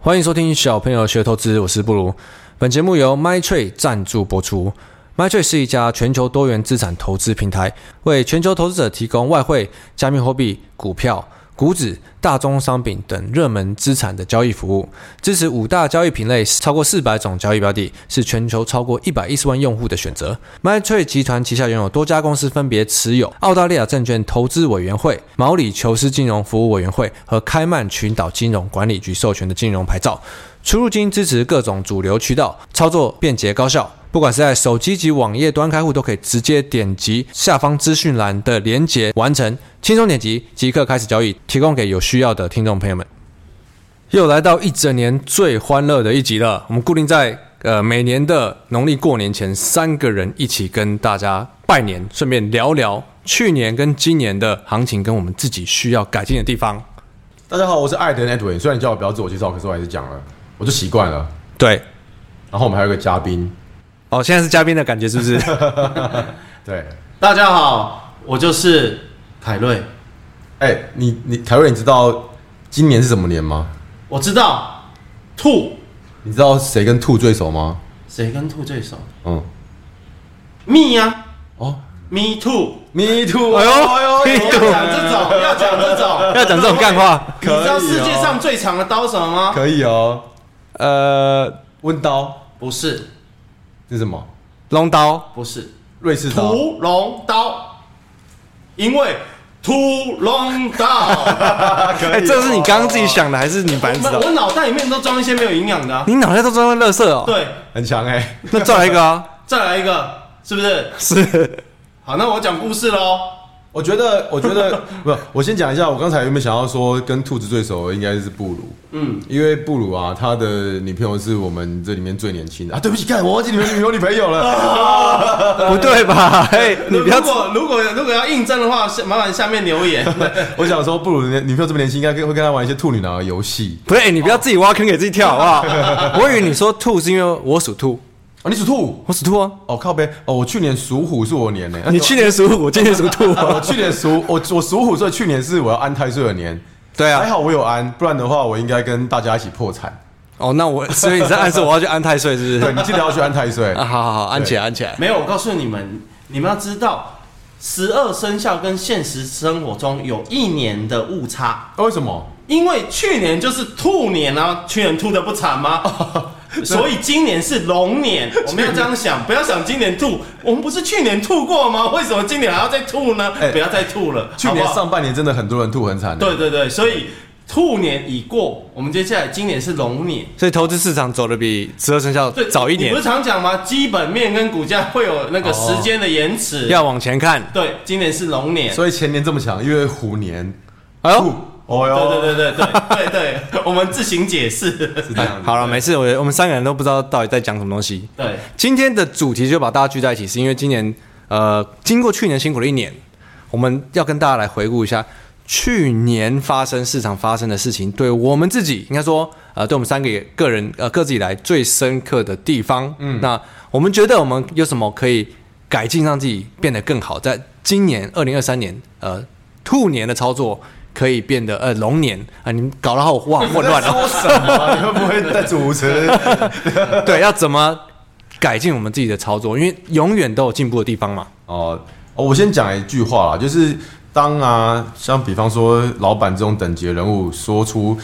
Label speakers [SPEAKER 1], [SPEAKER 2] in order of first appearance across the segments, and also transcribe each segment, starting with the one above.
[SPEAKER 1] 欢迎收听小朋友学投资，我是布鲁。本节目由 MyTree 赞助播出。MyTree 是一家全球多元资产投资平台，为全球投资者提供外汇、加密货币、股票、股指、大宗商品等热门资产的交易服务，支持五大交易品类，超过四百种交易标的，是全球超过一百一十万用户的选择。MyTree 集团旗下拥有多家公司，分别持有澳大利亚证券投资委员会、毛里求斯金融服务委员会和开曼群岛金融管理局授权的金融牌照。出入金支持各种主流渠道，操作便捷高效。不管是在手机及网页端开户，都可以直接点击下方资讯栏的连接完成，轻松点击即刻开始交易，提供给有需要的听众朋友们。又来到一整年最欢乐的一集了，我们固定在呃每年的农历过年前，三个人一起跟大家拜年，顺便聊聊去年跟今年的行情跟我们自己需要改进的地方。
[SPEAKER 2] 大家好，我是艾登 Edwin。虽然你叫我不要自我介绍，可是我还是讲了，我就习惯了。
[SPEAKER 1] 对，
[SPEAKER 2] 然后我们还有一个嘉宾，
[SPEAKER 1] 哦，现在是嘉宾的感觉是 不是？哎
[SPEAKER 2] 对，
[SPEAKER 3] 大家好，我就是凯瑞。
[SPEAKER 2] 哎、你你台瑞，你知道今年是什么年吗？
[SPEAKER 3] 我知道兔
[SPEAKER 2] 你知道谁跟兔最熟吗？
[SPEAKER 3] 谁跟兔最熟？啊
[SPEAKER 2] 嗯，
[SPEAKER 3] 蜜呀、
[SPEAKER 2] 哦
[SPEAKER 3] 咪兔。
[SPEAKER 2] ，Me too，
[SPEAKER 1] 哎呦
[SPEAKER 3] 不
[SPEAKER 1] Me
[SPEAKER 3] 要
[SPEAKER 1] too
[SPEAKER 3] 讲这种，要讲这种，
[SPEAKER 1] 要讲这种干话，
[SPEAKER 3] 你知道世界上最长的刀什么吗？
[SPEAKER 2] 哦可以哦。
[SPEAKER 1] 呃，
[SPEAKER 2] 温刀
[SPEAKER 3] 不是，
[SPEAKER 2] 这是什么？
[SPEAKER 1] 龙刀
[SPEAKER 3] 不是，
[SPEAKER 2] 瑞士刀。
[SPEAKER 3] 屠龙刀，因为屠龙 刀。
[SPEAKER 2] 哦
[SPEAKER 1] 哎、 这是你刚刚自己想的，还是你反正知道？
[SPEAKER 3] 我脑袋里面都装一些没有营养的啊、
[SPEAKER 1] 你脑袋都装在垃圾哦。
[SPEAKER 3] 对，
[SPEAKER 2] 很强哎、
[SPEAKER 1] 那再来一个啊，
[SPEAKER 3] 再来一个，是不是？
[SPEAKER 1] 是
[SPEAKER 3] 好，那我讲故事喽。
[SPEAKER 2] 我觉得，我觉得 不，我先讲一下，我刚才原本想要说跟兔子最熟的应该是布鲁，嗯，因为布鲁啊，他的女朋友是我们这里面最年轻的啊。对不起，看我忘记你们有女朋友了，
[SPEAKER 1] 不对吧？哎、 你不要
[SPEAKER 3] 如果如果如果要印证的话，下麻烦下面留言。
[SPEAKER 2] 我想说布鲁的女朋友这么年轻，应该跟会跟他玩一些兔女郎的游戏。
[SPEAKER 1] 不是、哎你不要自己挖坑给自己跳好不好？ 我以为你说兔是因为我属兔，
[SPEAKER 2] 啊，你属兔？
[SPEAKER 1] 我属兔哦、
[SPEAKER 2] 哦，靠背哦，我去年属虎是我年呢、
[SPEAKER 1] 你去年属虎，我今年属兔
[SPEAKER 2] 我
[SPEAKER 1] 啊。
[SPEAKER 2] 去年属我我属虎，所以去年是我要安太岁的年。
[SPEAKER 1] 对
[SPEAKER 2] 还
[SPEAKER 1] 啊，
[SPEAKER 2] 好我有安，不然的话我应该跟大家一起破产。
[SPEAKER 1] 哦，那我所以你在暗示我要去安太岁是不
[SPEAKER 2] 对
[SPEAKER 1] 是？
[SPEAKER 2] 你记得要去安太岁
[SPEAKER 1] 啊，好好好，安起来，安起来。
[SPEAKER 3] 没有，我告诉你们，你们要知道，十二生肖跟现实生活中有一年的误差，
[SPEAKER 2] 啊为什么？
[SPEAKER 3] 因为去年就是兔年啊，去年兔的不 惨吗？所以今年是龙年，我们要这样想，不要想今年兔，我们不是去年吐过吗？为什么今年还要再吐呢？
[SPEAKER 2] 哎
[SPEAKER 3] 不要再吐了，
[SPEAKER 2] 去
[SPEAKER 3] 好
[SPEAKER 2] 年
[SPEAKER 3] 不好
[SPEAKER 2] 上半年真的很多人吐很惨。
[SPEAKER 3] 对，对对，所以兔年已过，我们接下来今年是龙年。
[SPEAKER 1] 所以投资市场走的比十二生肖
[SPEAKER 3] 对，
[SPEAKER 1] 早一
[SPEAKER 3] 你
[SPEAKER 1] 年
[SPEAKER 3] 不是，常讲吗？基本面跟股价会有那个时间的延迟。
[SPEAKER 1] 要往前看。
[SPEAKER 3] 对，今年是龙 年。
[SPEAKER 2] 所以前年这么强，因为虎年。
[SPEAKER 1] 哎
[SPEAKER 2] 兔
[SPEAKER 1] 呦，
[SPEAKER 2] 哦哟，
[SPEAKER 3] 对对对对对对对，我们自行解释。
[SPEAKER 2] 是这样子。
[SPEAKER 1] 好了，没事，我我们三个人都不知道到底在讲什么东西。
[SPEAKER 3] 对，
[SPEAKER 1] 今天的主题就把大家聚在一起，是因为今年呃，经过去年辛苦了一年，我们要跟大家来回顾一下去年发生市场发生的事情，对我们自己应该说呃，对我们三个也个人呃各自以来最深刻的地方。嗯，那我们觉得我们有什么可以改进，让自己变得更好，在今年二零二三年呃兔年的操作。可以变得呃龙年啊、你们搞得好哇混乱啊 了。
[SPEAKER 2] 说什么？你会不会在主持？
[SPEAKER 1] 对，要怎么改进我们自己的操作？因为永远都有进步的地方嘛。
[SPEAKER 2] 哦，哦我先讲一句话啦，就是当啊，像比方说老板这种等级的人物说出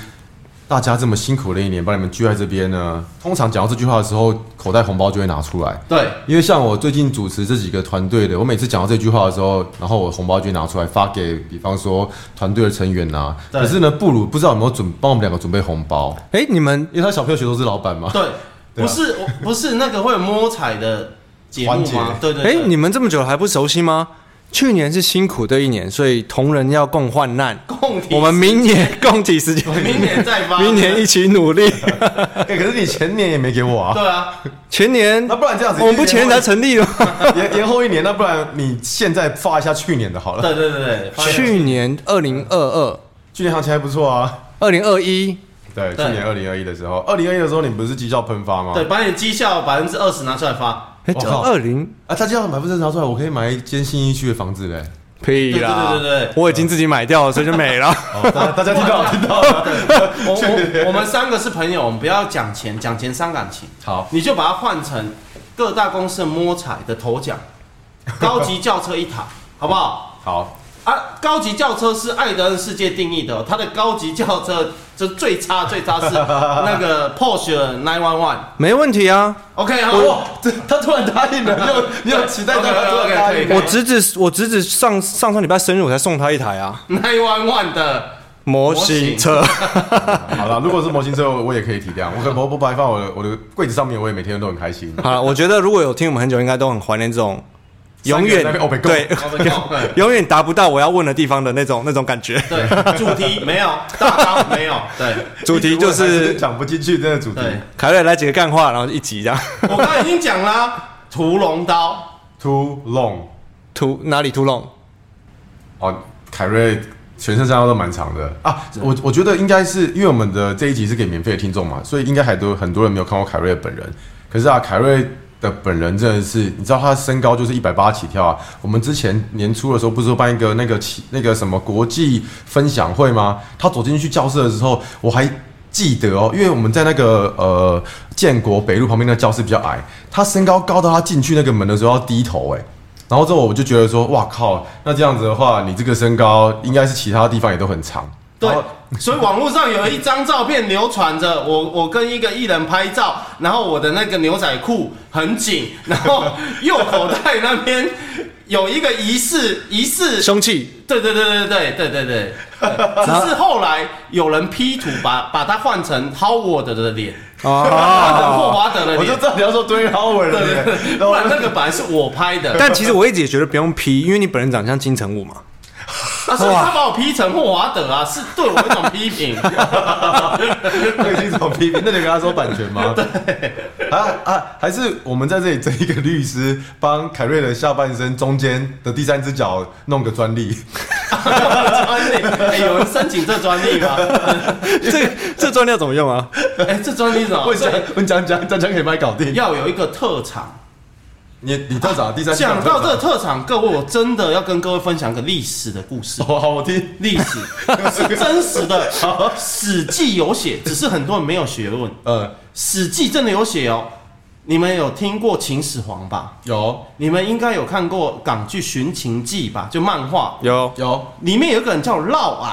[SPEAKER 2] 大家这么辛苦了一年，把你们聚在这边呢，通常讲到这句话的时候，口袋红包就会拿出来。
[SPEAKER 3] 对，
[SPEAKER 2] 因为像我最近主持这几个团队的，我每次讲到这句话的时候，然后我红包就拿出来发给，比方说团队的成员呐、
[SPEAKER 3] 对
[SPEAKER 2] 可是呢，布鲁不知道有没有准帮我们两个准备红包，
[SPEAKER 1] 哎，你们
[SPEAKER 2] 因为他小朋友学都是老板嘛。
[SPEAKER 3] 对，不是我，不是那个会有摸彩的节目
[SPEAKER 2] 环节
[SPEAKER 3] 吗？对对
[SPEAKER 1] 哎、
[SPEAKER 3] 对，
[SPEAKER 1] 你们这么久还不熟悉吗？去年是辛苦的一年，所以同仁要共患难。
[SPEAKER 3] 共体
[SPEAKER 1] 我们明年共体时间，
[SPEAKER 3] 明年再发，
[SPEAKER 1] 明年一起努 力。
[SPEAKER 2] 哎、可是你前年也没给我啊，
[SPEAKER 3] 对啊，
[SPEAKER 1] 前年
[SPEAKER 2] 那不然这样子
[SPEAKER 1] 我们不前年才成立吗？
[SPEAKER 2] 延延后一年，那不然你现在发一下去年的好了。
[SPEAKER 3] 对对对对，发现
[SPEAKER 1] 去年二零二二、
[SPEAKER 2] 去年行情还不错啊。
[SPEAKER 1] 二零二一，
[SPEAKER 2] 对，去
[SPEAKER 3] 对
[SPEAKER 2] 年二零二一的时候，二零二一的时候你不是绩效喷发吗？
[SPEAKER 3] 对，把你的绩效百分之二十拿出来发，
[SPEAKER 1] 哎
[SPEAKER 2] 我靠
[SPEAKER 1] 二零
[SPEAKER 2] 啊，他绩效百分之拿出来，我可以买一间新一区的房子嘞。
[SPEAKER 1] 屁啦！
[SPEAKER 3] 对对对对
[SPEAKER 1] 我已经自己买掉了，所以就没 了。
[SPEAKER 2] 哦， 大家大家听到听到了。
[SPEAKER 3] 我我我们三个是朋友，我们不要讲钱，讲钱伤感情。
[SPEAKER 2] 好
[SPEAKER 3] 你就把它换成各大公司的摸彩的头奖，高级轿车一台， 好不好？
[SPEAKER 2] 好，
[SPEAKER 3] 啊，高级轿车是艾德恩世界定义的哦、它的高级轿车就最差最差是那个 Porsche 911。
[SPEAKER 1] 没问题啊，
[SPEAKER 3] OK，好，
[SPEAKER 2] 哇，这他突然答应了，你有你有期待到他突然答应
[SPEAKER 3] OK，OK，OK，可以
[SPEAKER 1] 我侄子我侄子上上上礼拜生日，我才送他一台啊
[SPEAKER 3] 911的
[SPEAKER 1] 模型车。
[SPEAKER 2] 好了，如果是模型车，我也可以体谅。 我可不不摆放我的我的柜子上面，我也每天都很开心。
[SPEAKER 1] 好了，我觉得如果有听我们很久，应该都很怀念这种永远
[SPEAKER 2] 三个人在那边 open call
[SPEAKER 1] 对
[SPEAKER 3] open call，
[SPEAKER 1] 永远达不到我要问的地方的那种那种感觉。
[SPEAKER 3] 对，主题没有，大纲没有，对。
[SPEAKER 1] 主题就
[SPEAKER 2] 我还
[SPEAKER 1] 是
[SPEAKER 2] 讲不进去这个主题。
[SPEAKER 3] 对，
[SPEAKER 1] 凯瑞来几个干话，然后一集这样。
[SPEAKER 3] 我刚才已经讲啦，屠龙刀，
[SPEAKER 2] Too long，
[SPEAKER 1] 图哪里图弄？
[SPEAKER 2] 哦，凯瑞全身上下都蛮长的啊。我我觉得应该是因为我们的这一集是给免费的听众嘛，所以应该还多很多人没有看过凯瑞的本人。可是啊，凯瑞的本人真的是，你知道他身高就是一百八起跳啊。我们之前年初的时候不是说办一个那个起那个什么国际分享会吗？他走进去教室的时候，我还。记得哦，因为我们在那个呃建国北路旁边那个教室比较矮，他身高高到他进去那个门的时候要低头哎、然后之后我就觉得说，哇靠，那这样子的话，你这个身高应该是其他地方也都很长。
[SPEAKER 3] 对
[SPEAKER 2] 然后，
[SPEAKER 3] 所以网络上有一张照片流传着，我我跟一个艺人拍照，然后我的那个牛仔裤很紧，然后右口袋那边有一个疑似疑似，
[SPEAKER 1] 凶器？
[SPEAKER 3] 对对对对对对 对对，对只是后来有人 P 图把把它换成 Howard 的脸，换成霍华德的
[SPEAKER 2] 哦我就
[SPEAKER 3] 脸
[SPEAKER 2] 知，道你要说 d w a y n Howard
[SPEAKER 3] 对
[SPEAKER 2] 了
[SPEAKER 3] 对
[SPEAKER 2] 耶，
[SPEAKER 3] 对，
[SPEAKER 2] 然
[SPEAKER 3] 不
[SPEAKER 2] 后
[SPEAKER 3] 然那个本来是我拍 的，
[SPEAKER 1] 但其实我一直也觉得不用 P，因为你本人长得像金城武嘛。
[SPEAKER 3] 啊，所以他把我 P 成霍华德啊，是对我一种批评。
[SPEAKER 2] 那个是一种批评，那你跟他说版权 吗？对，啊啊，还是我们在这里争一个律师，帮凯瑞的下半身中间的第三只脚弄个专利。
[SPEAKER 3] 专利、 哎有人申请这专利吗？
[SPEAKER 1] 这这专利要怎么用啊？
[SPEAKER 3] 哎、这专利怎么？
[SPEAKER 2] 我讲
[SPEAKER 3] 所以
[SPEAKER 2] 我讲讲讲讲可以帮你搞定。
[SPEAKER 3] 要有一个特长。
[SPEAKER 2] 你你特长第三只脚
[SPEAKER 3] 讲到这
[SPEAKER 2] 特长，
[SPEAKER 3] 个特长，各位，我真的要跟各位分享一个历史的故事。
[SPEAKER 2] 哦好好我听。
[SPEAKER 3] 历史是真实的，《史记》有写，只是很多人没有学问。《
[SPEAKER 2] 呃，
[SPEAKER 3] 史记》真的有写哦。你们有听过秦始皇吧？
[SPEAKER 2] 有
[SPEAKER 3] 你们应该有看过港剧《寻秦记》吧？就漫画，
[SPEAKER 1] 有
[SPEAKER 2] 有
[SPEAKER 3] 里面有一个人叫嫪毐，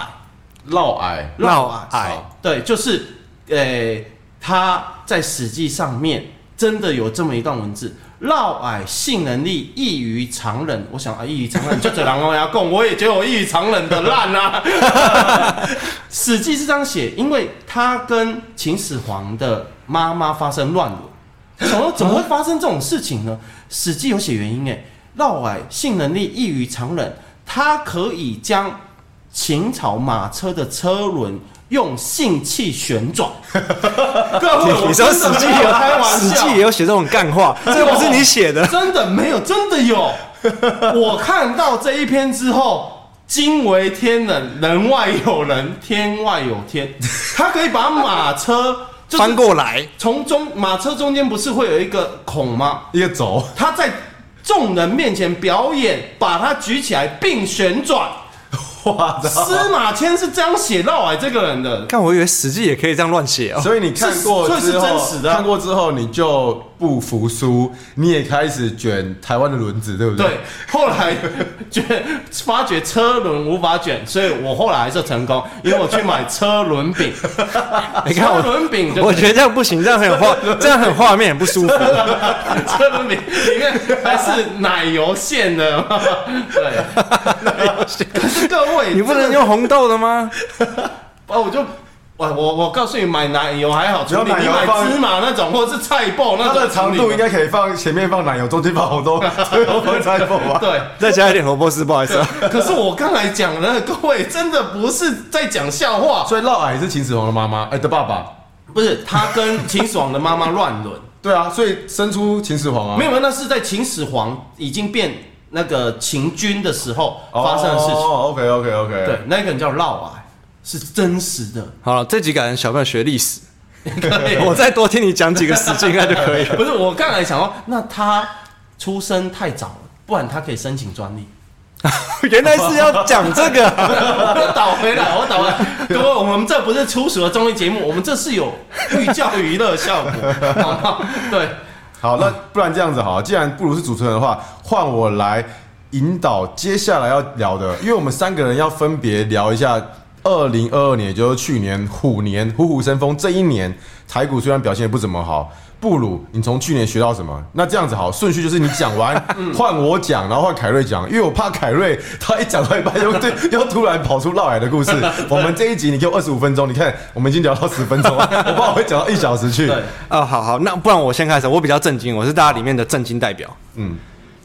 [SPEAKER 2] 绕矮
[SPEAKER 1] 闹矮，
[SPEAKER 3] 啊哎对，就是，呃，他在《史记》上面真的有这么一段文字：嫪毐性能力异于常人。我想啊，异于常人就这狼王牙共，我也觉得我异于常人的烂啊。 《史记》是这样写，因为他跟秦始皇的妈妈发生乱伦。怎
[SPEAKER 1] 啊
[SPEAKER 3] 么怎么会发生这种事情呢？《史记》有写原因诶，嫪毐性能力异于常人，他可以将秦朝马车的车轮用性器 旋转。各位，哦我
[SPEAKER 1] 你说《
[SPEAKER 3] 真
[SPEAKER 1] 史
[SPEAKER 3] 的
[SPEAKER 1] 记》
[SPEAKER 3] 没有开
[SPEAKER 1] 有《
[SPEAKER 3] 玩
[SPEAKER 1] 史记》也
[SPEAKER 3] 笑，
[SPEAKER 1] 有写这种干话，这不是你写的。
[SPEAKER 3] 真的没有，真 的有。我看到这一篇之后。惊为天人，人外有人，天外有天。他可以把马车就是
[SPEAKER 1] 翻过来，
[SPEAKER 3] 从中马车中间不是会有一个孔吗？
[SPEAKER 2] 一个轴。
[SPEAKER 3] 他在众人面前表演，把它举起来并旋转。
[SPEAKER 2] 哇操
[SPEAKER 3] 司马迁是这样写嫪毐这个人的，
[SPEAKER 1] 看我以为《史记》也可以这样乱写哦。
[SPEAKER 2] 所以你看过
[SPEAKER 3] 是
[SPEAKER 2] 之
[SPEAKER 3] 所以
[SPEAKER 2] 后，
[SPEAKER 3] 是真实的啊
[SPEAKER 2] 看过之后你就不服输，你也开始卷台湾的轮子，对不对？
[SPEAKER 3] 对。后来觉发觉车轮无法卷，所以我后来还是成功，因为我去买车轮饼。
[SPEAKER 1] 你看我
[SPEAKER 3] 车啊轮饼就可以，
[SPEAKER 1] 我觉得这样不行，这样很有画，这样很画面很不舒服。
[SPEAKER 3] 车轮饼里面还是奶油馅的， 对。可是各位，
[SPEAKER 1] 你不
[SPEAKER 3] 真
[SPEAKER 1] 能
[SPEAKER 3] 的
[SPEAKER 1] 用红豆的吗？
[SPEAKER 3] 啊，我就我我我告诉你，买奶油还好
[SPEAKER 2] 只
[SPEAKER 3] 处理，
[SPEAKER 2] 要奶
[SPEAKER 3] 你
[SPEAKER 2] 油
[SPEAKER 3] 买
[SPEAKER 2] 放
[SPEAKER 3] 芝麻那种或者是菜爆那
[SPEAKER 2] 它
[SPEAKER 3] 种，
[SPEAKER 2] 的长度应。该可以放前面放奶油，中间放红 豆，最后放菜包吧？
[SPEAKER 3] 对，
[SPEAKER 1] 再加一点萝卜丝，不好意思、啊。
[SPEAKER 3] 可是我刚才讲的，各位真的不是在讲笑话，
[SPEAKER 2] 所以嫪毐是秦始皇的妈妈，哎、的爸爸。
[SPEAKER 3] 不是他跟秦始皇的妈妈乱 伦，
[SPEAKER 2] 对啊，所以生出秦始皇啊。
[SPEAKER 3] 没有，那是在秦始皇已经变那个秦军的时候发生的事情。
[SPEAKER 2] 哦，OK OK OK。
[SPEAKER 3] 对，，那个人叫嫪毐，啊是真实 的。
[SPEAKER 1] 好了，这集感觉小朋友学历史，
[SPEAKER 3] 可以
[SPEAKER 1] 我再多听你讲几个史记应该就可以了。
[SPEAKER 3] 不是我刚才想说，那他出生太早了，不然他可以申请专利。
[SPEAKER 1] 原来是要讲这个啊、
[SPEAKER 3] 我 倒回来，我倒回来。各位，我们这不是粗俗的综艺节目，我们这是有寓教于乐效果， 好不好？对，
[SPEAKER 2] 好，那不然这样子好了，既然布鲁是主持人的话，换我来引导接下来要聊的，因为我们三个人要分别聊一下二零二二年，也就是去年虎年虎虎生风这一年，台股虽然表现得不怎么好。布鲁，你从去年学到什么？那这样子好，顺序就是你讲完，换我讲，然后换凯瑞讲，因为我怕凯瑞他一讲到一半又对，又突然跑出绕海的故事。我们这一集你给我二十五分钟，你看我们已经聊到十分钟了，我怕我会讲到一小时去。
[SPEAKER 3] 对
[SPEAKER 1] 哦好好，那不然我先开始，我比较震惊，我是大家里面的震惊代表。
[SPEAKER 2] 嗯，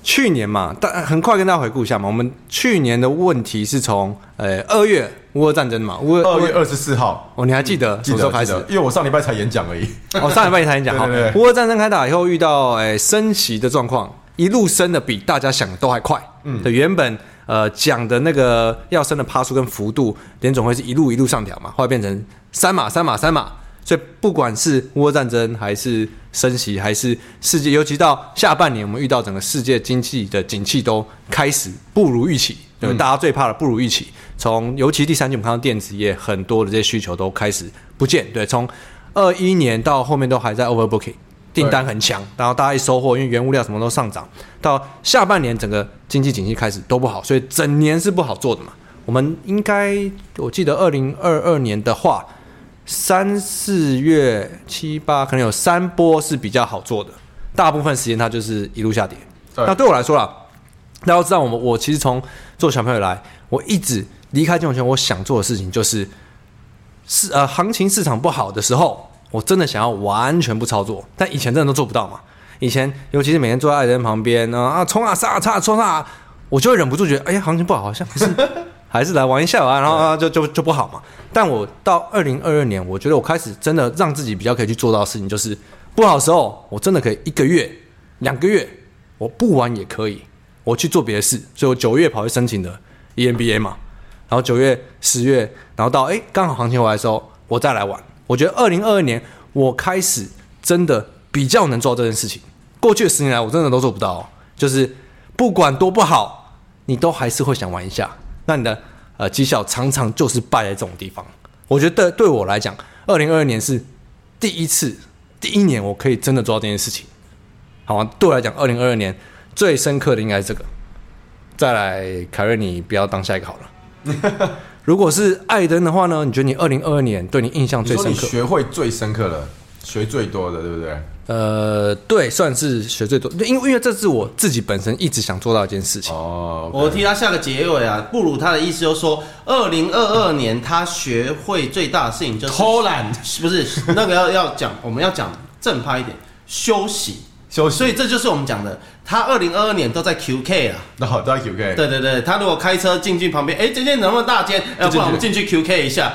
[SPEAKER 1] 去年嘛，但很快跟大家回顾一下嘛，我们去年的问题是从呃二月乌俄战争嘛，乌俄
[SPEAKER 2] 二月二十四号，
[SPEAKER 1] 哦，你还记得什
[SPEAKER 2] 记
[SPEAKER 1] 么时
[SPEAKER 2] 得
[SPEAKER 1] 候开始
[SPEAKER 2] 记？得因为我上礼拜才演讲而已。
[SPEAKER 1] 哦，上礼拜你才讲哈
[SPEAKER 2] 对对，对
[SPEAKER 1] 乌俄战争开打以后遇到诶、升息的状况，一路升的比大家想的都还快。嗯，对，原本呃讲的那个呃要升的趴数跟幅度，联总会是一路一路上调嘛，后来变成三码三码三码。所以不管是乌俄战争，还是升息，还是世界，尤其到下半年，我们遇到整个世界经济的景气都开始不如预期，
[SPEAKER 2] 嗯
[SPEAKER 1] 对吧、大家最怕的不如预期。从尤其第三季，我们看到电子业很多的这些需求都开始不见，对，从二一年到后面都还在 overbooking，订单很强，然后大家一收货，因为原物料什么都上涨，到下半年整个经济景气开始都不好，所以整年是不好做的嘛。我们应该我记得二零二二年的话，三四月七八可能有三波是比较好做的，大部分时间它就是一路下跌。
[SPEAKER 2] 对
[SPEAKER 1] 那对我来说啦，大家都知道我们我其实从做小朋友以来，我一直离开金融圈，我想做的事情就是市呃行情市场不好的时候，我真的想要完全不操作，但以前真的都做不到嘛。以前尤其是每天坐在爱人旁边啊啊冲啊杀啊杀啊冲啊，我就会忍不住觉得，哎呀行情不好，好像还是还是来玩一下啊，然后啊就就就不好嘛。但我到二零二二年，我觉得我开始真的让自己比较可以去做到的事情，就是不好的时候，我真的可以一个月、两个月，我不玩也可以，我去做别的事。所以我九月跑去申请的 E EMBA 嘛，然后九月、十月，然后到哎刚好行情回来的时候，我再来玩。我觉得二零二二年我开始真的比较能做到这件事情。过去的十年来，我真的都做不到、哦，就是不管多不好，你都还是会想玩一下。那你的呃绩效常常就是败在这种地方。我觉得对我来讲，二零二二年是第一次，第一年我可以真的做到这件事情。好、啊，对我来讲，二零二二年最深刻的应该是这个。再来，凯瑞，你不要当下一个好了。 如果是艾登的话呢？你觉得你二零二二年对你印象
[SPEAKER 2] 你
[SPEAKER 1] 最
[SPEAKER 2] 说
[SPEAKER 1] 深
[SPEAKER 2] 你
[SPEAKER 1] 刻？
[SPEAKER 2] 学会最深刻的，学最多的，对不对？
[SPEAKER 1] 呃，对，算是学最多，因为因为这是我自己本身一直想做到的一件事情。
[SPEAKER 2] 哦，
[SPEAKER 3] 我替他下个结尾啊。布鲁他的意思就是说，二零二二年他学会最大的事情就是偷懒，不是那个要要讲，我们要讲正派一点，休息。
[SPEAKER 2] 休息
[SPEAKER 3] 所以这就是我们讲的，他二零二二年都在 QK 啊。
[SPEAKER 2] 那好，大家 QK。
[SPEAKER 3] 对对对，他如果开车进去旁边，哎，这间能不能大间？要
[SPEAKER 2] 就进去
[SPEAKER 3] 不然我们进去 QK 一下。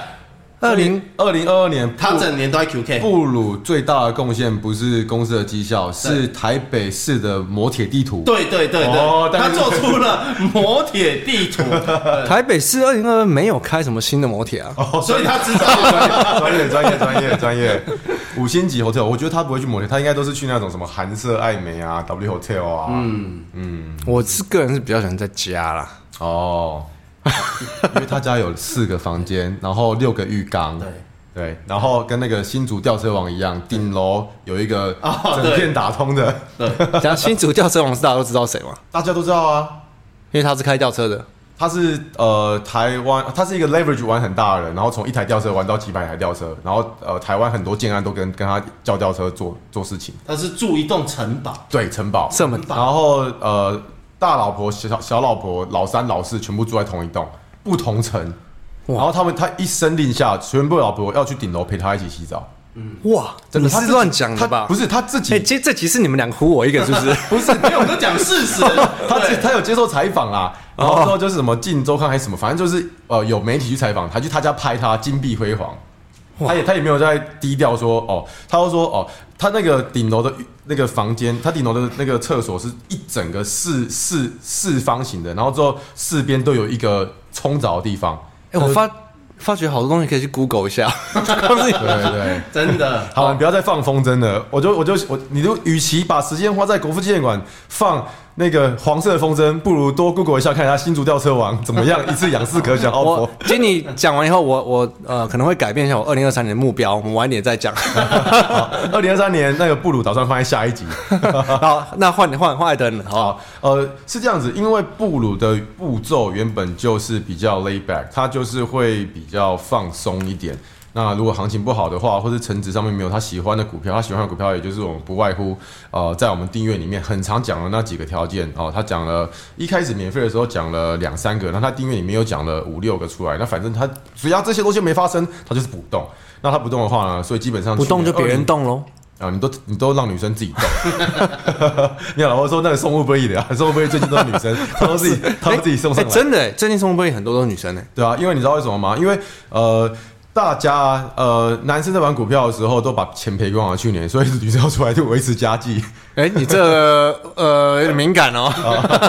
[SPEAKER 1] 二零
[SPEAKER 2] 二零二二年，
[SPEAKER 3] 他整年都在 QK。
[SPEAKER 2] 布鲁最大的贡献不是公司的绩效，是台北市的摩铁地 图。
[SPEAKER 3] 对对对
[SPEAKER 2] 哦
[SPEAKER 3] 对，
[SPEAKER 2] 但
[SPEAKER 3] 他
[SPEAKER 2] 是
[SPEAKER 3] 做出了摩铁地图，呃
[SPEAKER 1] 台北市二零二二没有开什么新的摩铁啊，
[SPEAKER 3] 所以他知道。
[SPEAKER 2] 哦 专业，专业，专业，专业。五星级 hotel，我觉得他不会去摩铁，他应该都是去那种什么韩舍、爱美啊、W hotel 啊。嗯，
[SPEAKER 1] 我是个人是比较喜欢在家啦。
[SPEAKER 2] 哦，因为他家有四个房间，然后六个浴缸。
[SPEAKER 3] 对。
[SPEAKER 2] 对，然后跟那个新竹吊车王一样，顶楼有一 个
[SPEAKER 3] 哦
[SPEAKER 2] 整
[SPEAKER 3] 对
[SPEAKER 2] 片打通的，
[SPEAKER 1] 讲新竹吊车王是大家都知道谁吗？
[SPEAKER 2] 大家都知道啊。
[SPEAKER 1] 因为他是开吊车的。
[SPEAKER 2] 他是呃台湾，他是一个 leverage 玩很大的人，然后从一台吊车玩到几百台吊车，然后呃台湾很多建案都跟跟他叫吊车做做事情，
[SPEAKER 3] 他是住一栋城堡，
[SPEAKER 2] 对城堡
[SPEAKER 1] 这么大
[SPEAKER 2] 然后呃大老婆、小小老婆、老三、老四全部住在同一栋，不同层，然后他们他一声令下，全部老婆要去顶楼陪他一起洗澡。
[SPEAKER 1] 哇，
[SPEAKER 2] 真的，
[SPEAKER 1] 你
[SPEAKER 2] 他
[SPEAKER 1] 是
[SPEAKER 2] 自己
[SPEAKER 1] 乱讲的吧？
[SPEAKER 2] 他不，是他自己
[SPEAKER 1] 哎，这这集是你们两个唬我一个是不 是？
[SPEAKER 3] 不是，因为我们都讲事实，
[SPEAKER 2] 他
[SPEAKER 3] 对
[SPEAKER 2] 他有接受采访啦，然后之后就是什么《镜周刊》还是什么，反正就是呃有媒体去采访他，去他家拍他金碧辉煌，他也他也没有在低调说哦，他就说哦，他那个顶楼的那个房间，他顶楼的那个厕所是一整个四四四方形的，然后之后四边都有一个冲澡的地方，
[SPEAKER 1] 哎，我发发觉好多东西可以去 Google 一下，告诉你
[SPEAKER 2] 对对对。
[SPEAKER 3] 真的
[SPEAKER 2] 好，你不要再放风筝了。我就我就我，你就与其把时间花在国父纪念馆放那个黄色的风筝，不如多 Google 一下，看一下新竹吊车王怎么样，一次养四颗小老
[SPEAKER 1] 我
[SPEAKER 2] 婆。
[SPEAKER 1] 经你讲完以后，我我呃可能会改变一下我二零二三年的目标，我们晚一点再 讲。
[SPEAKER 2] 二零二三年那个布鲁打算放在下一集。
[SPEAKER 1] 好，那换换换艾登了，好不好
[SPEAKER 2] 好，呃，是这样子，因为布鲁的步骤原本就是比较 lay back，它就是会比较放松一点。那如果行情不好的话，或是成值上面没有他喜欢的股票，他喜欢的股票也就是我们不外乎呃，在我们订阅里面很常讲的那几个条件哦，他讲了一开始免费的时候讲了两三个，那他订阅里面又讲了五六个出来，那反正他只要这些东西没发生，他就是不动。那他不动的话呢，所以基本上
[SPEAKER 1] 不动
[SPEAKER 2] 去
[SPEAKER 1] 就别
[SPEAKER 2] 年20
[SPEAKER 1] 人动喽。
[SPEAKER 2] 啊，你都你都让女生自己动。 你老婆说那个送乌龟的啊， 送乌龟最近都是女生， 她都自己她都自己送上
[SPEAKER 1] 哎
[SPEAKER 2] 来。
[SPEAKER 1] 真的，最近送杯很多都是女生呢。
[SPEAKER 2] 对啊，因为你知道为什么吗？因为呃，大家呃，男生在玩股票的时候都把钱赔光了，去年，所以女生要出来就维持家计。
[SPEAKER 1] 哎，你这个呃有点敏感哦。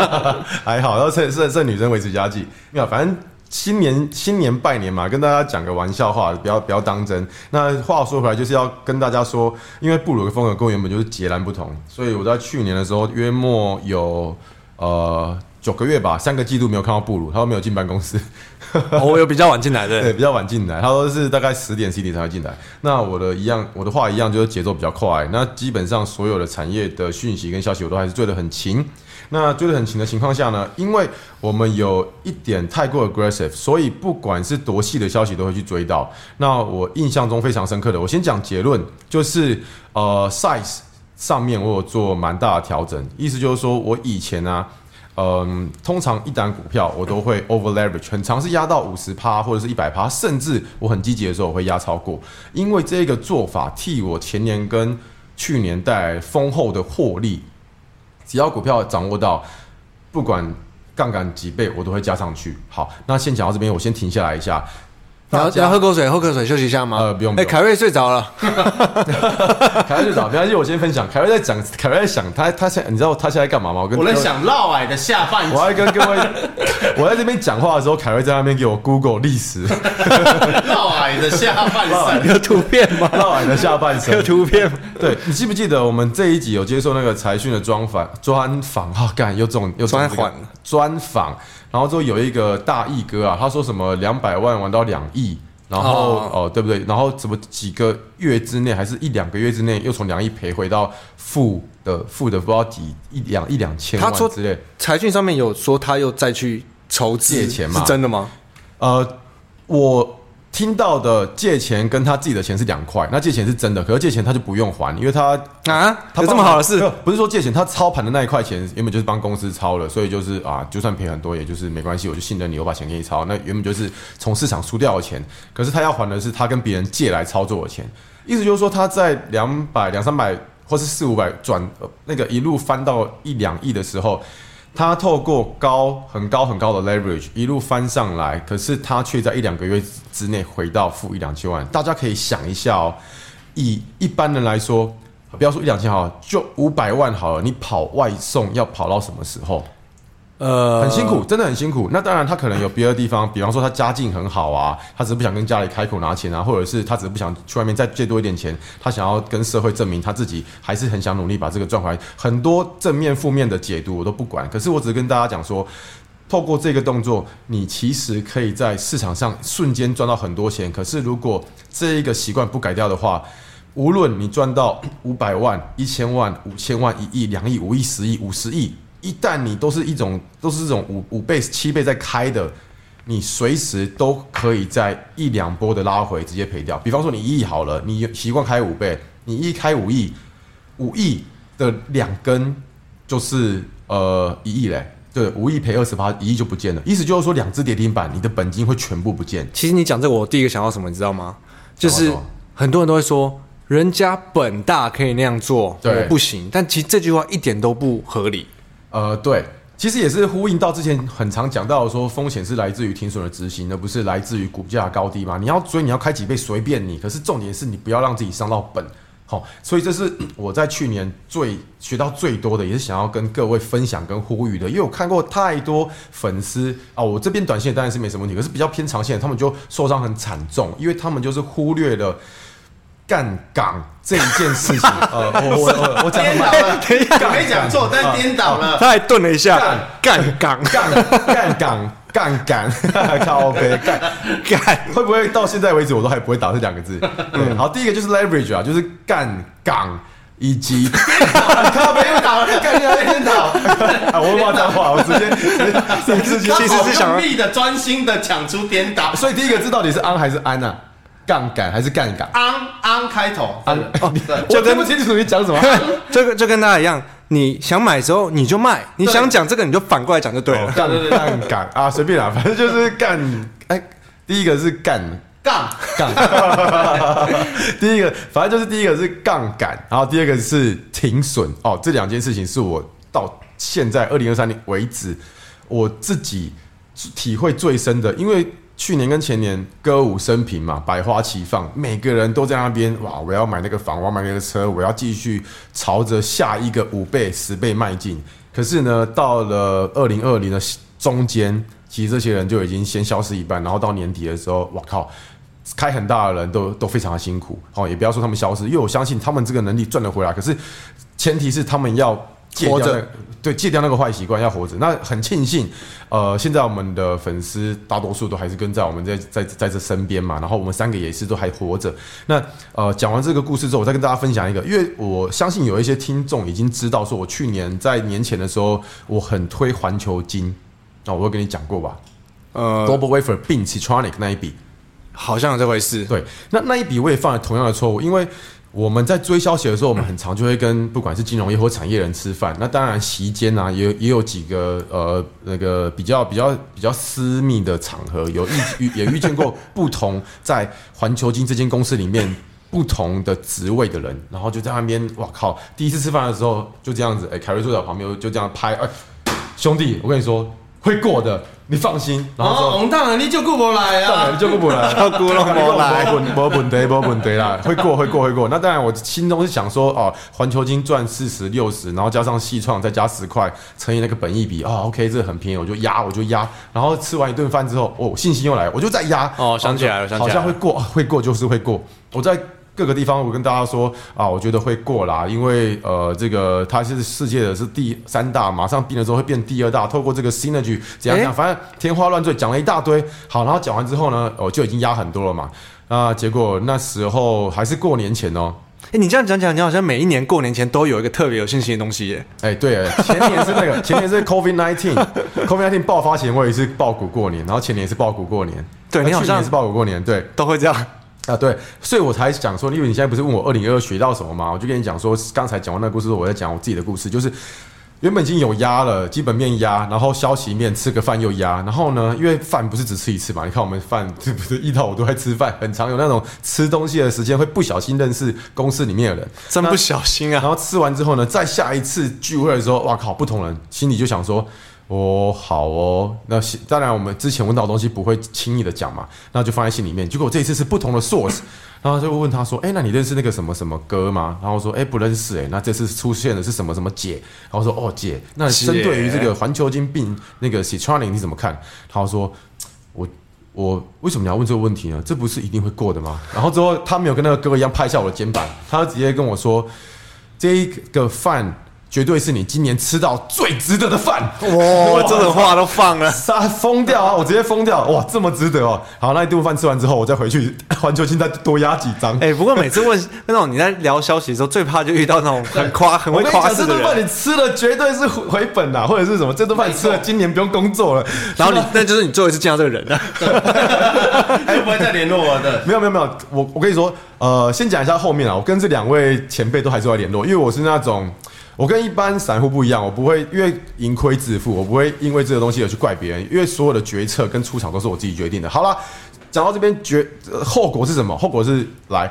[SPEAKER 2] 还好，然后趁趁趁女生维持家计，没有，反正。新年新年拜年嘛，跟大家讲个玩笑话，不要不要当真。那话说回来，就是要跟大家说，因为布鲁的风格跟我原本就是截然不同，所以我在去年的时候约莫有呃九个月吧，三个季度没有看到布鲁，他都没有进办公室。
[SPEAKER 1] 哦我有比较晚进来
[SPEAKER 2] 对，
[SPEAKER 1] 的，
[SPEAKER 2] 比较晚进来，他说是大概十点、十一点才会进来。那我的一样，我的话一样，就是节奏比较快。那基本上所有的产业的讯息跟消息，我都还是追得很勤。那追得很勤的情况下呢，因为我们有一点太过 aggressive，所以不管是多细的消息都会去追到。那我印象中非常深刻的，我先讲结论，就是呃 size 上面我有做蛮大的调整，意思就是说我以前啊。嗯，通常一档股票我都会 over leverage，很常是压到五十趴或者是一百趴，甚至我很积极的时候我会压超过，因为这个做法替我前年跟去年带来丰厚的获利。只要股票掌握到，不管杠杆几倍，我都会加上去。好，那先讲到这边，我先停下来一下。
[SPEAKER 1] 然后
[SPEAKER 2] 大家
[SPEAKER 1] 要喝口水，喝口水休息一下吗？
[SPEAKER 2] 呃不用不
[SPEAKER 1] 哎，
[SPEAKER 2] 用
[SPEAKER 1] 凯瑞睡着了，
[SPEAKER 2] 凯瑞最早，没关系，我先分享。凯瑞在讲，凯瑞在想，他他现在你知道他现在干嘛吗？我跟
[SPEAKER 3] 我在
[SPEAKER 2] 各位
[SPEAKER 3] 想绕矮的下半
[SPEAKER 2] 我
[SPEAKER 3] 集，
[SPEAKER 2] 要跟各位，我在这边讲话的时候，凯瑞在那边给我 Google 历史，
[SPEAKER 3] 绕矮的下半身。
[SPEAKER 1] 有 图片 吗？
[SPEAKER 2] 到俺的下半身
[SPEAKER 1] 有。 图片吗。
[SPEAKER 2] 对你记不记得我们这一集有接受那个财讯的专访？专访啊，干又中又中这个
[SPEAKER 1] 专访
[SPEAKER 2] 专访，然后之后有一个大义哥啊，他说什么两百万玩到两亿。然后
[SPEAKER 1] 哦
[SPEAKER 2] 哦、对不对？然后怎么几个月之内，还是一两个月之内，又从两亿赔回到负的负的，不知道几一两一两千
[SPEAKER 1] 他
[SPEAKER 2] 万
[SPEAKER 1] 说
[SPEAKER 2] 之类。
[SPEAKER 1] 财讯上面有说他又再去筹资
[SPEAKER 2] 借钱嘛
[SPEAKER 1] 是真的吗？
[SPEAKER 2] 呃，我听到的借钱跟他自己的钱是两块，那借钱是真的，可是借钱他就不用还，因为他
[SPEAKER 1] 啊，
[SPEAKER 2] 他
[SPEAKER 1] 有这么好的事
[SPEAKER 2] 没？有不是说借钱，他操盘的那一块钱原本就是帮公司操了，所以就是啊，就算赔很多，也就是没关系，我就信任你，我把钱给你操。那原本就是从市场输掉的钱，可是他要还的是他跟别人借来操作的钱，意思就是说他在两百、两三百或是四五百转呃那个一路翻到一两亿的时候。他透过高很高很高的 leverage 一路翻上来，可是他却在一两个月之内回到负一两千万。大家可以想一下哦，以一般人来说，不要说一两千好了，就五百万好了，你跑外送要跑到什么时候？
[SPEAKER 1] 呃
[SPEAKER 2] 很辛苦，真的很辛苦。那当然，他可能有别的地方，比方说他家境很好啊，他只是不想跟家里开口拿钱啊，或者是他只是不想去外面再借多一点钱，他想要跟社会证明他自己还是很想努力把这个赚回来。很多正面负面的解读我都不管，可是我只是跟大家讲说。透过这个动作，你其实可以在市场上瞬间赚到很多钱。可是，如果这一个习惯不改掉的话，无论你赚到五百万、一千万、五千万、一亿、两亿、五亿、十亿、五十亿，一旦你都是一种都是这种五五倍、七倍在开的，你随时都可以在一两波的拉回直接赔掉。比方说你一亿好了，你习惯开五倍，你一开五亿，五亿的两根就是呃一亿嘞，对，无意赔二十趴，一亿就不见了。意思就是说，两只跌停板，你的本金会全部不见。
[SPEAKER 1] 其实你讲这个，我第一个想到什么，你知道吗？就是
[SPEAKER 2] 想到什么
[SPEAKER 1] 很多人都会说，人家本大可以那样做，
[SPEAKER 2] 对
[SPEAKER 1] 我不行。但其实这句话一点都不合理。
[SPEAKER 2] 呃，对，其实也是呼应到之前很常讲到的说，风险是来自于停损的执行，而不是来自于股价的高低嘛。你要追，你要开几倍随便你，可是重点是你不要让自己伤到本。好、所以这是 我在去年最学到最多的，也是想要跟各位分享跟呼吁的，因为我看过太多粉丝啊，我这边短线当然是没什么问题，可是比较偏长线的，他们就受伤很惨重，因为他们就是忽略了干港这一件事情。呃，我我我我讲的
[SPEAKER 3] 颠
[SPEAKER 2] 蛮
[SPEAKER 3] 倒了，没讲错，但颠倒了。
[SPEAKER 1] 他还顿了一下，干杠
[SPEAKER 2] 杠杠杠杠杠，靠背杠
[SPEAKER 1] 干，
[SPEAKER 2] 会不会到现在为止我都还不会打这两个字？嗯，好，第一个就是 leverage 啊，就是干杠。以及靠背又打了，干掉颠倒啊！我会骂脏话，我直接直接
[SPEAKER 3] 刚好
[SPEAKER 1] 其实是想要
[SPEAKER 3] 用力的、专心的抢出颠倒，
[SPEAKER 2] 所以第一个字到底是安还是安啊？杠杆还是杠杆？
[SPEAKER 3] 昂昂开头，
[SPEAKER 2] 安哦，你我听不清楚你讲什么。
[SPEAKER 1] 这个就跟大家一样，你想买的时候你就卖，你
[SPEAKER 3] 对
[SPEAKER 1] 想讲这个你就反过来讲就对了。
[SPEAKER 2] 杠杠杆啊，随便啦，反正就是干。哎，第一个是干
[SPEAKER 3] 杠
[SPEAKER 2] 杠， 第一个反正就是第一个是杠杆，然后第二个是停损哦，这两件事情是我到现在二零二三年为止我自己体会最深的，因为。去年跟前年歌舞升平嘛，百花齐放，每个人都在那边哇！我要买那个房，我要买那个车，我要继续朝着下一个五倍、十倍迈进。可是呢，到了二零二零的中间，其实这些人就已经先消失一半，然后到年底的时候，哇靠！开很大的人都都非常的辛苦，哦，也不要说他们消失，因为我相信他们这个能力赚得回来，可是前提是他们要戒掉、那
[SPEAKER 1] 活
[SPEAKER 2] 个
[SPEAKER 1] 着
[SPEAKER 2] 对，戒掉那个坏习惯，要活着。那很庆幸，呃，现在我们的粉丝大多数都还是跟在我们在在在这身边嘛，然后我们三个也是都还活着。那呃，讲完这个故事之后，我再跟大家分享一个，因为我相信有一些听众已经知道，说我去年在年前的时候，我很推环球金，那、我有跟你讲过吧、g l o
[SPEAKER 1] 呃，
[SPEAKER 2] b a l Wafer 并 Citronic 那一笔，
[SPEAKER 1] 好像有这回事。
[SPEAKER 2] 对，那那一笔我也犯了同样的错误，因为我们在追消息的时候，我们很常就会跟不管是金融业或产业人吃饭。那当然，席间啊，也有也有几个呃那个比较比较比较私密的场合，有遇遇也遇见过不同在环球金这间公司里面。不同的职位的人，然后就在那边，哇凯第一次吃饭的时候就这样子，哎、凯瑞坐在我旁边就这样拍，哎、兄弟，我跟你说会过的，你放心。然后说、
[SPEAKER 3] 哦，红当然你就顾不来
[SPEAKER 2] 当然
[SPEAKER 3] 啊，
[SPEAKER 2] 就顾不来，
[SPEAKER 1] 要顾拢无来
[SPEAKER 2] 没问没问题，没问题啦，会过会过会过。那当然，我心中是想说，哦，环球金赚四十六十，然后加上细创再加十块，乘以那个本益比，哦，OK，这个很便宜，我就压我就压。然后吃完一顿饭之后，哦，信心又来，我就再压。
[SPEAKER 1] 哦想起来了想起来了
[SPEAKER 2] 好像会过，啊会过就是会过。我在。各个地方，我跟大家说啊，我觉得会过啦，因为呃，这个它是世界的是第三大，马上变了之后会变第二大，透过这个 synergy 怎样怎样，
[SPEAKER 1] 诶
[SPEAKER 2] 反正天花乱坠讲了一大堆。好，然后讲完之后呢，哦我就已经压很多了嘛。那结果那时候还是过年前哦，
[SPEAKER 1] 哎、你这样讲讲，你好像每一年过年前都有一个特别有信心的东西耶。
[SPEAKER 2] 哎，对，前年是那 个，前年是 COVID nineteen，COVID nineteen 爆发前我也是爆股过年，然后前年也是爆股过年，
[SPEAKER 1] 对你好
[SPEAKER 2] 那去年
[SPEAKER 1] 像
[SPEAKER 2] 也是爆股过年，对，
[SPEAKER 1] 都会这样。
[SPEAKER 2] 啊，对，所以我才想说，因为你现在不是问我二零二二学到什么嘛，我就跟你讲说，刚才讲完那个故事，我在讲我自己的故事，就是原本已经有压了，基本面压，然后消息面吃个饭又压，然后呢，因为饭不是只吃一次嘛，你看我们饭这不是一到五都在吃饭，很常有那种吃东西的时间会不小心认识公司里面的人，
[SPEAKER 1] 真
[SPEAKER 2] 那
[SPEAKER 1] 不小心
[SPEAKER 2] 然
[SPEAKER 1] 啊！
[SPEAKER 2] 后吃完之后呢，再下一次聚会的时候，哇靠，不同人心里就想说。哦，好哦，那是当然，我们之前问到的东西不会轻易的讲嘛，那就放在心里面。结果我这一次是不同的 source，然后就问他说：“哎、那你认识那个什么什么哥吗？”然后我说：“哎、不认识。”哎，那这次出现的是什么什么姐？然后我说：“哦，姐，那
[SPEAKER 1] 姐
[SPEAKER 2] 针对于这个环球金病那个 Citronic 你怎么看？”他说：“我我为什么你要问这个问题呢？这不是一定会过的吗？”然后之后他没有跟那个哥一样拍一下我的肩膀，他直接跟我说：“这一个饭绝对是你今年吃到最值得的饭。”
[SPEAKER 1] 哇，哦这种话都放了。
[SPEAKER 2] 杀疯掉啊！我直接疯掉，哇，这么值得哦！好，那一顿饭吃完之后，我再回去环球金再多压几张。
[SPEAKER 1] 哎、不过每次问 那种你在聊消息的时候，最怕就遇到那种很夸、很
[SPEAKER 2] 我
[SPEAKER 1] 会
[SPEAKER 2] 跟你
[SPEAKER 1] 夸
[SPEAKER 2] 讲，
[SPEAKER 1] 饰
[SPEAKER 2] 这
[SPEAKER 1] 的
[SPEAKER 2] 顿饭
[SPEAKER 1] 人，
[SPEAKER 2] 你吃了绝对是回本啦、或者是什么？这顿饭你吃了，今年不用工作了。
[SPEAKER 1] 然后你那就是你最后一次见到这个人 了。
[SPEAKER 3] 就不会再联络我的。
[SPEAKER 2] 没有没有没有，我我跟你说，呃，先讲一下后面啊，我跟这两位前辈都还是有在联络，因为我是那种。我跟一般散户不一样，我不会因为盈亏自负，我不会因为这个东西而去怪别人，因为所有的决策跟出场都是我自己决定的。好啦，讲到这边决、呃后果是什么？后果是来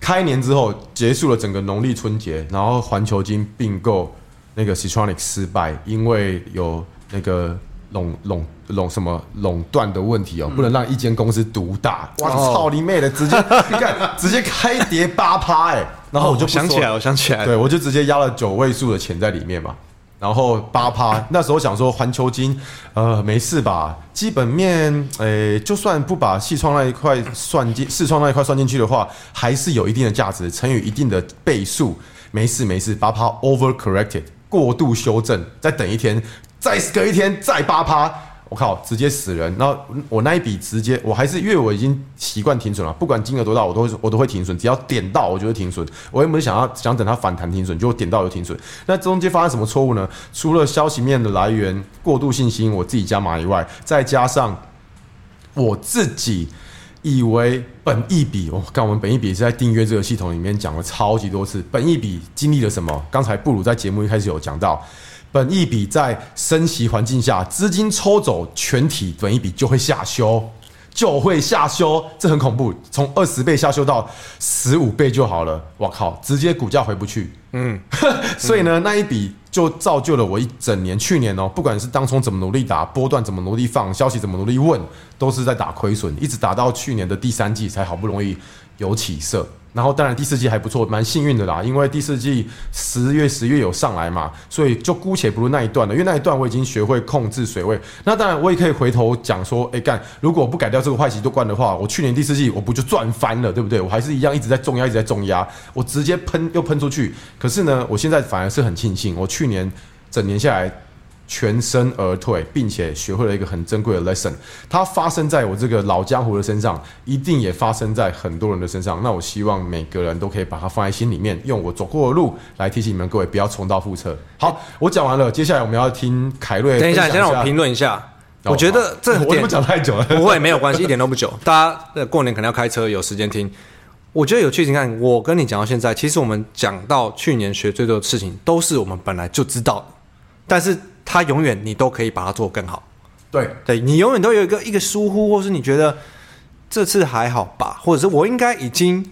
[SPEAKER 2] 开年之后结束了整个农历春节，然后环球金并购那个 Citronic 失败，因为有那个垄垄垄什么垄断的问题哦，不能让一间公司独大。哦哇，操你妹的，直接你看直接开跌八趴哎，然后我就不说
[SPEAKER 4] 想起哦来，我想起来，
[SPEAKER 2] 对，我就直接压了九位数的钱在里面嘛，然后八趴。那时候想说环球金，呃，没事吧？基本面，诶、就算不把细创那一块算进，四创那一块算进去的话，还是有一定的价值，乘以一定的倍数，没事没事，八趴 over corrected 过度修正，再等一天，再隔一天再八趴。我靠，直接死人！然后我那一笔直接，我还是因为我已经习惯停损了，不管金额多大，我都会我都会停损，只要点到我就会停损。我原本想要想等它反弹停损，结果点到我就停损。那中间发生什么错误呢？除了消息面的来源过度信心，我自己加码以外，再加上我自己以为本益比，我、哦、看我们本益比是在订阅这个系统里面讲了超级多次，本益比经历了什么？刚才布鲁在节目一开始有讲到，本益比在升息环境下，资金抽走，全体本益比就会下修。就会下修，这很恐怖，从二十倍下修到十五倍就好了。我靠，直接股价回不去。嗯， 所以呢，那一笔就造就了我一整年。去年哦，不管是当冲怎么努力打，波段怎么努力放，消息怎么努力问，都是在打亏损，一直打到去年的第三季才好不容易有起色。然后当然第四季还不错，蛮幸运的啦，因为第四季十月、十月有上来嘛，所以就姑且不论那一段了，因为那一段我已经学会控制水位。那当然我也可以回头讲说，哎干，如果我不改掉这个坏习惯的话，我去年第四季我不就赚翻了，对不对？我还是一样一直在重压，一直在重压，我直接喷又喷出去。可是呢，我现在反而是很庆幸，我去年整年下来全身而退，并且学会了一个很珍贵的 lesson。它发生在我这个老江湖的身上，一定也发生在很多人的身上。那我希望每个人都可以把它放在心里面，用我走过的路来提醒你们各位，不要重蹈覆辙。好，我讲完了，接下来我们要听凯
[SPEAKER 1] 等
[SPEAKER 2] 瑞分
[SPEAKER 1] 一下，
[SPEAKER 2] 享
[SPEAKER 1] 你
[SPEAKER 2] 一下。
[SPEAKER 1] 先让我评论一下。
[SPEAKER 2] 哦。
[SPEAKER 1] 我觉得这
[SPEAKER 2] 好我
[SPEAKER 1] 点
[SPEAKER 2] 怎么 讲太久了？
[SPEAKER 1] 不会，没有关系，一点都不久。大家呃过年可能要开车，有时间听。我觉得有趣，你看，我跟你讲到现在，其实我们讲到去年学最多的事情，都是我们本来就知道的，但是它永远你都可以把它做更好。
[SPEAKER 2] 对，
[SPEAKER 1] 对你永远都有一个一个疏忽，或是你觉得这次还好吧，或者是我应该已经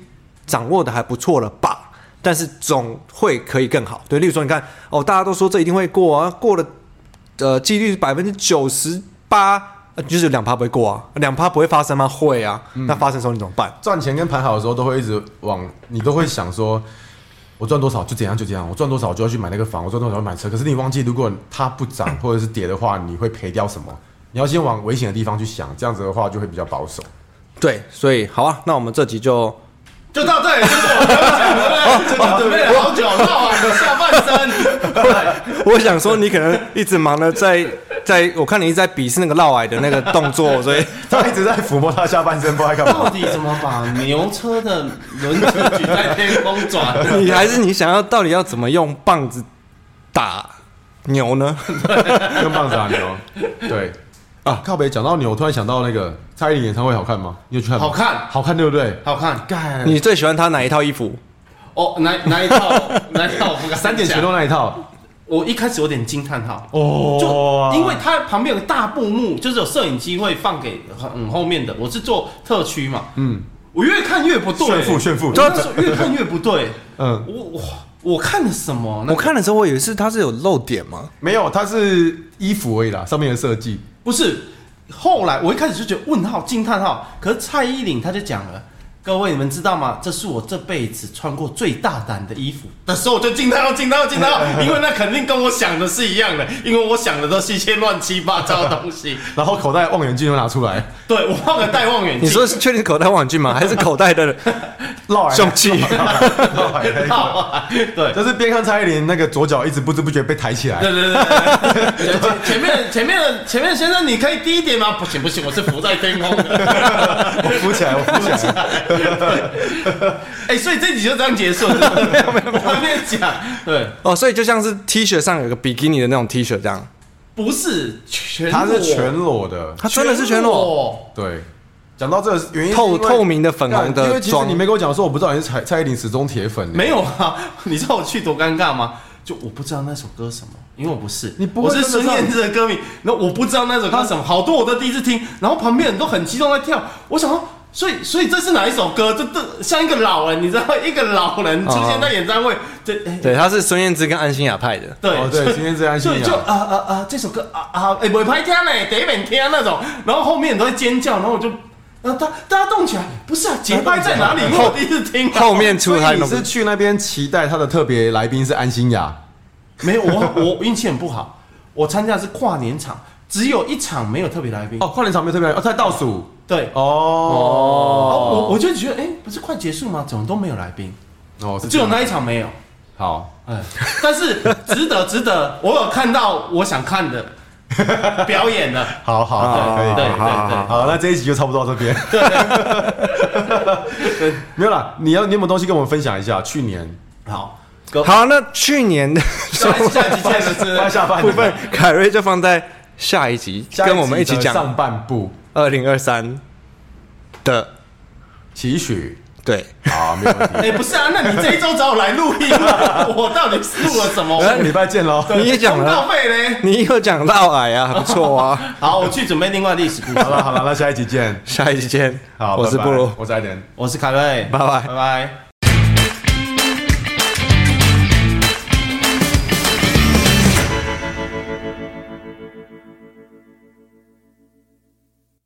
[SPEAKER 1] 掌握的还不错了吧，但是总会可以更好。对，例如说，你看哦，大家都说这一定会过啊，过了呃几率百分之九十八。呃就是两趴不会过啊，两趴不会发生吗？会啊，那发生的时候你怎么办？
[SPEAKER 2] 赚钱跟盘好的时候，都会一直往你都会想说，我赚多少就怎样就怎样，我赚多少就要去买那个房，我赚多少就买车。可是你忘记，如果它不涨或者是跌的话，你会赔掉什么？你要先往危险的地方去想，这样子的话就会比较保守。
[SPEAKER 1] 对，所以好啊，那我们这集就
[SPEAKER 3] 就到这里，就是我刚刚讲的，这个准备了好久，闹完了下半身。
[SPEAKER 1] 我想说，你可能一直忙着在在，我看你一直在鄙视那个绕矮的那个动作，所以
[SPEAKER 2] 他一直在抚摸他下半身，不知道在干
[SPEAKER 3] 到
[SPEAKER 2] 嘛。
[SPEAKER 3] 底怎么把牛车的轮子举在天空转？
[SPEAKER 1] 你还是你想要到底要怎么用棒子打牛 呢？
[SPEAKER 2] 跟棒打牛，对啊，靠北讲到牛，我突然想到那个蔡依林演唱会好看吗？你有去看吗？
[SPEAKER 3] 好看
[SPEAKER 2] 好看对不对？
[SPEAKER 3] 好看，
[SPEAKER 2] 干，
[SPEAKER 1] 你最喜欢他哪一套衣服？
[SPEAKER 3] 哦，哪哪一套？哪一套？我不敢
[SPEAKER 2] 三点全
[SPEAKER 3] 讲
[SPEAKER 2] 都那一套
[SPEAKER 3] 我一开始有点惊叹号，
[SPEAKER 2] 哦
[SPEAKER 3] 就因为它旁边有个大布幕，就是有摄影机会放给呃很后面的。我是做特区嘛，嗯，我越看越不对，
[SPEAKER 2] 炫富炫富
[SPEAKER 3] 我那时候越看越不对，
[SPEAKER 2] 嗯
[SPEAKER 3] 我我我看了什么？那
[SPEAKER 1] 我看的时候，我以为是他是有漏点嘛，
[SPEAKER 2] 没有，它是衣服而已啦，上面的设计。
[SPEAKER 3] 不是，后来我一开始就觉得问号惊叹号，可是蔡依林她就讲了。各位，你们知道吗？这是我这辈子穿过最大胆的衣服的时候，我就惊叹号、惊叹号、惊叹 号，因为那肯定跟我想的是一样的，因为我想的都是一些乱七八糟的东 西。
[SPEAKER 2] 然后口袋望远镜又拿出来，
[SPEAKER 3] 对我忘了戴望远镜，
[SPEAKER 1] 你 说是确 定是口袋望远镜吗？还是口袋的
[SPEAKER 2] 绕
[SPEAKER 1] 凶器？
[SPEAKER 3] 到啊？对 对
[SPEAKER 2] 就是边看蔡依林那个左脚一直不知不觉被抬起来，
[SPEAKER 3] 对对对对，前前面前面的前面的先生，你可以低一点吗？不行不行，我是浮在天空的。
[SPEAKER 2] 我扶起来，我扶起来。
[SPEAKER 3] 哎，所以这集就这样结束，没有没有，我还没有讲，对，
[SPEAKER 1] 哦，所以就像是 T 恤上有个比基尼的那种 T 恤这样，
[SPEAKER 3] 不是全裸，
[SPEAKER 2] 他是全裸的，
[SPEAKER 1] 他真的是全裸。
[SPEAKER 3] 裸，
[SPEAKER 2] 对。讲到这个原因是因
[SPEAKER 1] 透
[SPEAKER 2] 为，
[SPEAKER 1] 透明的粉红的
[SPEAKER 2] 因为其实
[SPEAKER 1] 妆
[SPEAKER 2] 你没跟我讲说，我不知道你是蔡蔡依林死忠铁粉、欸
[SPEAKER 3] 没有啊？你知道我去多尴尬吗？就我不知道那首歌什么，因为我不是，
[SPEAKER 2] 你不会
[SPEAKER 3] 我是
[SPEAKER 2] 真的
[SPEAKER 3] 孙
[SPEAKER 2] 知道
[SPEAKER 3] 燕姿的歌迷，然后我不知道那首歌什么，好多我都第一次听，然后旁边人都很激动在跳，我想说。所以，所以这是哪一首歌？这这像一个老人，你知道，一个老人出现在演唱会，这、哎
[SPEAKER 4] 对，他是孙燕姿跟安心亚派的，
[SPEAKER 3] 对、
[SPEAKER 2] 哦，对，今天这安心
[SPEAKER 3] 就就
[SPEAKER 2] 啊，
[SPEAKER 3] 啊啊啊！这首歌啊啊，哎、不拍听嘞，得本听那种，然后后面你都会尖叫，然后我就，啊，大大家动起来，不是啊，节拍在哪里？因为我第一次听、啊，
[SPEAKER 4] 后面出
[SPEAKER 2] 所
[SPEAKER 4] 他
[SPEAKER 2] 以你是去那边期待他的特别来宾是安心雅，
[SPEAKER 3] 没有我我运气很不好，我参加的是跨年场，只有一场没有特别来宾。
[SPEAKER 2] 哦，跨年场没有特别来宾，哦，在倒数，
[SPEAKER 3] 对，哦，
[SPEAKER 2] 哦
[SPEAKER 3] 我我就觉得，哎、不是快结束吗？怎么都没有来宾？
[SPEAKER 2] 哦，是
[SPEAKER 3] 只
[SPEAKER 2] 这
[SPEAKER 3] 有
[SPEAKER 2] 样
[SPEAKER 3] 那一场没有。
[SPEAKER 2] 好，
[SPEAKER 3] 哎，但是值得值得，我有看到我想看的表演了。
[SPEAKER 2] 好好
[SPEAKER 1] 啊
[SPEAKER 2] 好，可以，
[SPEAKER 3] 对
[SPEAKER 2] 可以
[SPEAKER 3] 对对
[SPEAKER 2] 好，那这一集就差不多到这边。 没有啦，你要你有没有东西跟我们分享一下？去年
[SPEAKER 3] 对，好，
[SPEAKER 4] 好，那去 年的
[SPEAKER 3] 下一下一期见了，是不是
[SPEAKER 2] 放下半
[SPEAKER 4] 部分，凯瑞就放在下一集，
[SPEAKER 2] 下
[SPEAKER 4] 跟我们一
[SPEAKER 2] 集
[SPEAKER 4] 起
[SPEAKER 2] 的
[SPEAKER 4] 讲
[SPEAKER 2] 上半部
[SPEAKER 4] 二零二三的
[SPEAKER 2] 期许。
[SPEAKER 4] 对。
[SPEAKER 2] 好，没有问题。
[SPEAKER 3] 哎、不是啊，那你这一周找我来录音吗？我到底是录了什么？
[SPEAKER 2] 下个礼拜见喽。
[SPEAKER 4] 你也讲
[SPEAKER 3] 通告
[SPEAKER 4] 了，
[SPEAKER 3] 费嘞。
[SPEAKER 4] 你有讲到
[SPEAKER 1] 哎
[SPEAKER 4] 矮啊，不错
[SPEAKER 1] 哦
[SPEAKER 4] 啊，
[SPEAKER 3] 好，我去准备另外历史故
[SPEAKER 2] 好
[SPEAKER 3] 事。
[SPEAKER 2] 了好了，那下一集见。
[SPEAKER 4] 下一集见，
[SPEAKER 2] 好，
[SPEAKER 4] 我是
[SPEAKER 2] 拜
[SPEAKER 4] 布
[SPEAKER 2] 拜
[SPEAKER 4] 鲁，
[SPEAKER 2] 我是艾典。
[SPEAKER 3] 我是凯瑞，
[SPEAKER 4] 拜拜
[SPEAKER 3] 拜拜。